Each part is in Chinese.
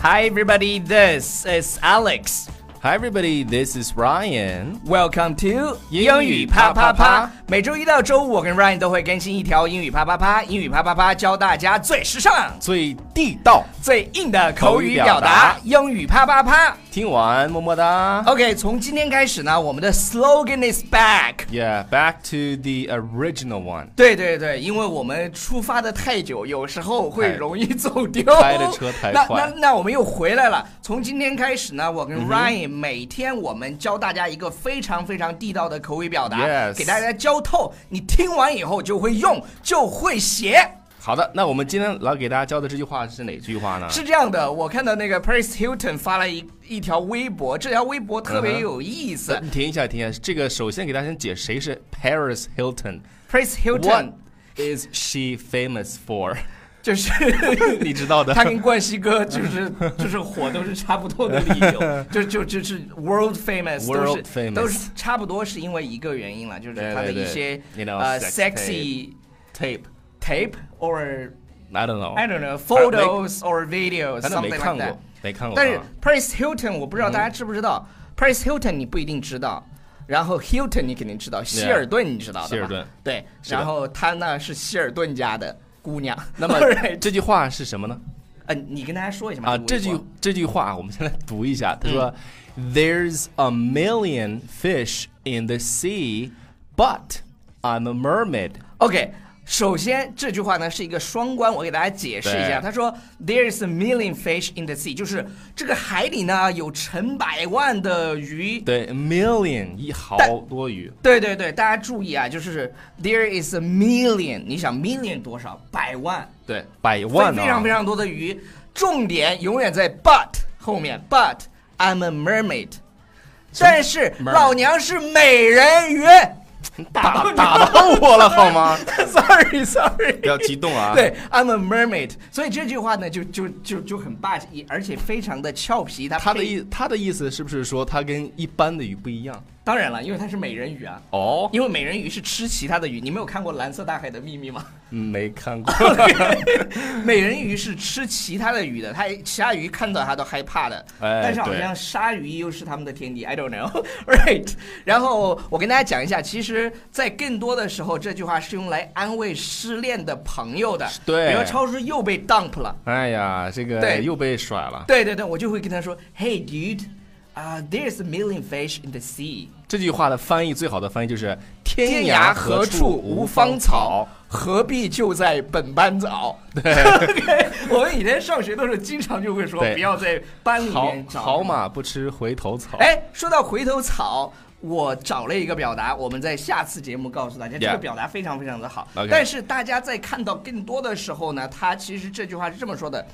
Hi, everybody. This is Alex. Hi everybody, this is Ryan. Welcome to 英语啪啪啪。每周一到周五，我跟 Ryan 都会更新一条英语啪啪啪。英语啪啪啪教大家最时尚、最地道，最硬的口语口语表表达达。英语啪啪啪。听完么么哒。 OK，从今天开始呢，我们的 slogan is back。 Yeah, back to the original one. 对对对，因为我们出发的太久，有时候会太容易走丢。开的车太那快嗯那那我们又回来了。从今天开始呢，我跟 Ryan 每天我们教大家一个非常非常地道的口语表达 Yes 给大家教透，你听完以后就会用，就会写。好的，那我们今天来给大家教的这句话是哪句话呢？是这样的，我看到那个 Paris Hilton 发了一一条微博，这条微博特嗯别哼有意思。呃停一下，停一下。这个首先给大家先解谁是 Paris Hilton，What Paris Hilton is she famous for？就是 你知道的。他跟冠希哥就是就是火都是差不多的理 由，就就就是 world famous，都 World 是 famous 都是差不多是因为一个原因了，就是对他的对对一些 You know, 呃 sex sexy tape tape or I don't know， I don't know 反正没 photos or videos 反正没 something 看 like 过 that。，没看过嗯啊。但是 Paris Hilton 我不知道大家知不知道，Paris Hilton 你不一定知道。然后 Hilton 你肯定知道，希尔顿你知道的吧？希尔顿对，是的然后她呢是希尔顿家的姑娘。那么 Alright，这句话是什么呢？呃，你跟大家说一下嘛啊，个微这句博这句话我们先来读一下。他说、t 嗯 h e r e s a million fish in the sea, but I'm a mermaid。 OK，首先这句话呢是一个双关，我给大家解释一下。对他说，There's a million fish in the sea，就是这个海里呢有成百万的鱼。对，million 一好但多余。对对对，大家注意啊，就是 there is a million，你想 million 多少？百万，对，百万啊非呢、非常非常多的鱼。重点永远在 but 后面，but I'm a mermaid，但是 mermaid？老娘是美人 鱼。打打到我了 好吗？ Sorry Sorry，不要激动啊。对，I'm a mermaid，所以这句话呢，就就就就很霸气，而且非常的俏皮。它他他的意他的意思是不是说他跟一般的鱼不一样？当然了，因为它是美人鱼啊，哦，因为美人鱼是吃其他的鱼。你没有看过《蓝色大海的秘密》 吗？没看过。 美人鱼是吃其他的鱼的，它其他鱼看到它都害怕的。哎但是好对像鲨鱼又是它们的天敌，I don't know。Right，然后我跟大家讲一下，其实，在更多的时候，这句话是用来安慰失恋的朋友的。对比如超市又被 dump 了。哎呀，这个对又被甩了。对对对，我就会跟他说，Hey dude，啊、t h e r e s a million fish in the sea。这句话的翻译最好的翻译就是“天涯涯何何处处无无芳芳草草”。，何必就在本班早？ 对，OK，我们以前上学的时候经常就会说，对不要在班里好面找好。马不吃回头草。哎，说到回头草，我找了一个表达，我们在下次节目告诉大家。这个 Yeah 表达非常非常的好。 OK 但是大家在看到更多的时候呢，它其实这句话是这么说的。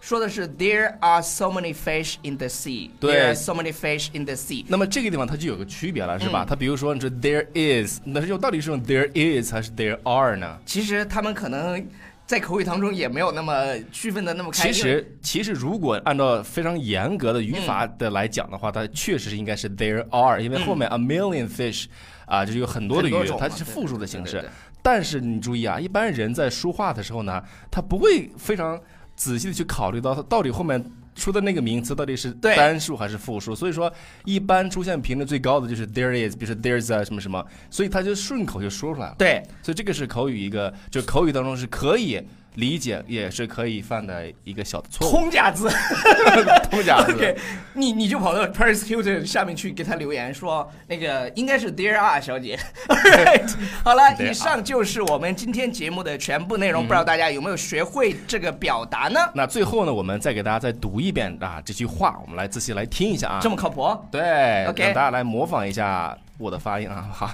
说的是 There are so many fish in the sea. 对 There are so many fish in the sea. 那么这个地方它就有个区别了，是嗯吧？它比如说你说 there is，那是用到底是用 there is 还是 there are 呢？其实他们可能在口语当中也没有那么区分的那么开。其因为实其实如果按照非常严格的语法嗯的来讲的话，它确实是应该是 there are，因为后面 a million fish 啊，就是有很多的嗯很多鱼种，嘛它是复数的形对对式对对。但是你注意啊，一般人在说话的时候呢，他不会非常仔细的去考虑到它到底后面。出的那个名词到底是对单数还是复数？所以说，一般出现频率最高的就是 there is，比如说 there's a 什么什么，所以他就顺口就说出来了。对所以这个是口语一个，就口语当中是可以理解，也是可以犯的一个小的错误。通假字 通假 字，OK，你你就跑到 Paris Hilton 下面去给他留言说，那个应该是 Dear R 小姐。Alright，好 了， Dear R 以上就是我们今天节目的全部内容，不知道大家有没有学会这个表达呢？那最后呢，我们再给大家再读一遍啊这句话，我们来仔细来听一下啊。这么靠谱？对 OK 让大家来模仿一下我的发音啊。好，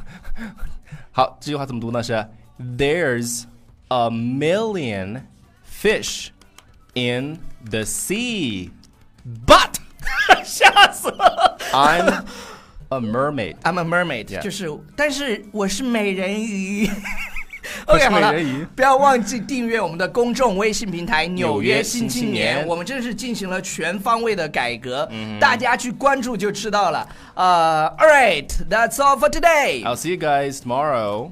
好，这句话怎么读呢？是 There's a million fish in the sea, but 吓死了 I'm a mermaid。 ！I'm a mermaid，、 Yeah 就是，但是我是美人 鱼。我 OK，是好美了人鱼，不要忘记订阅我们的公众微信平台《纽纽约约新新青青年》，年嗯我们这是进行了全方位的改革，大家去关注就知道了。呃、a l l right，that's all for today。 I'll see you guys tomorrow.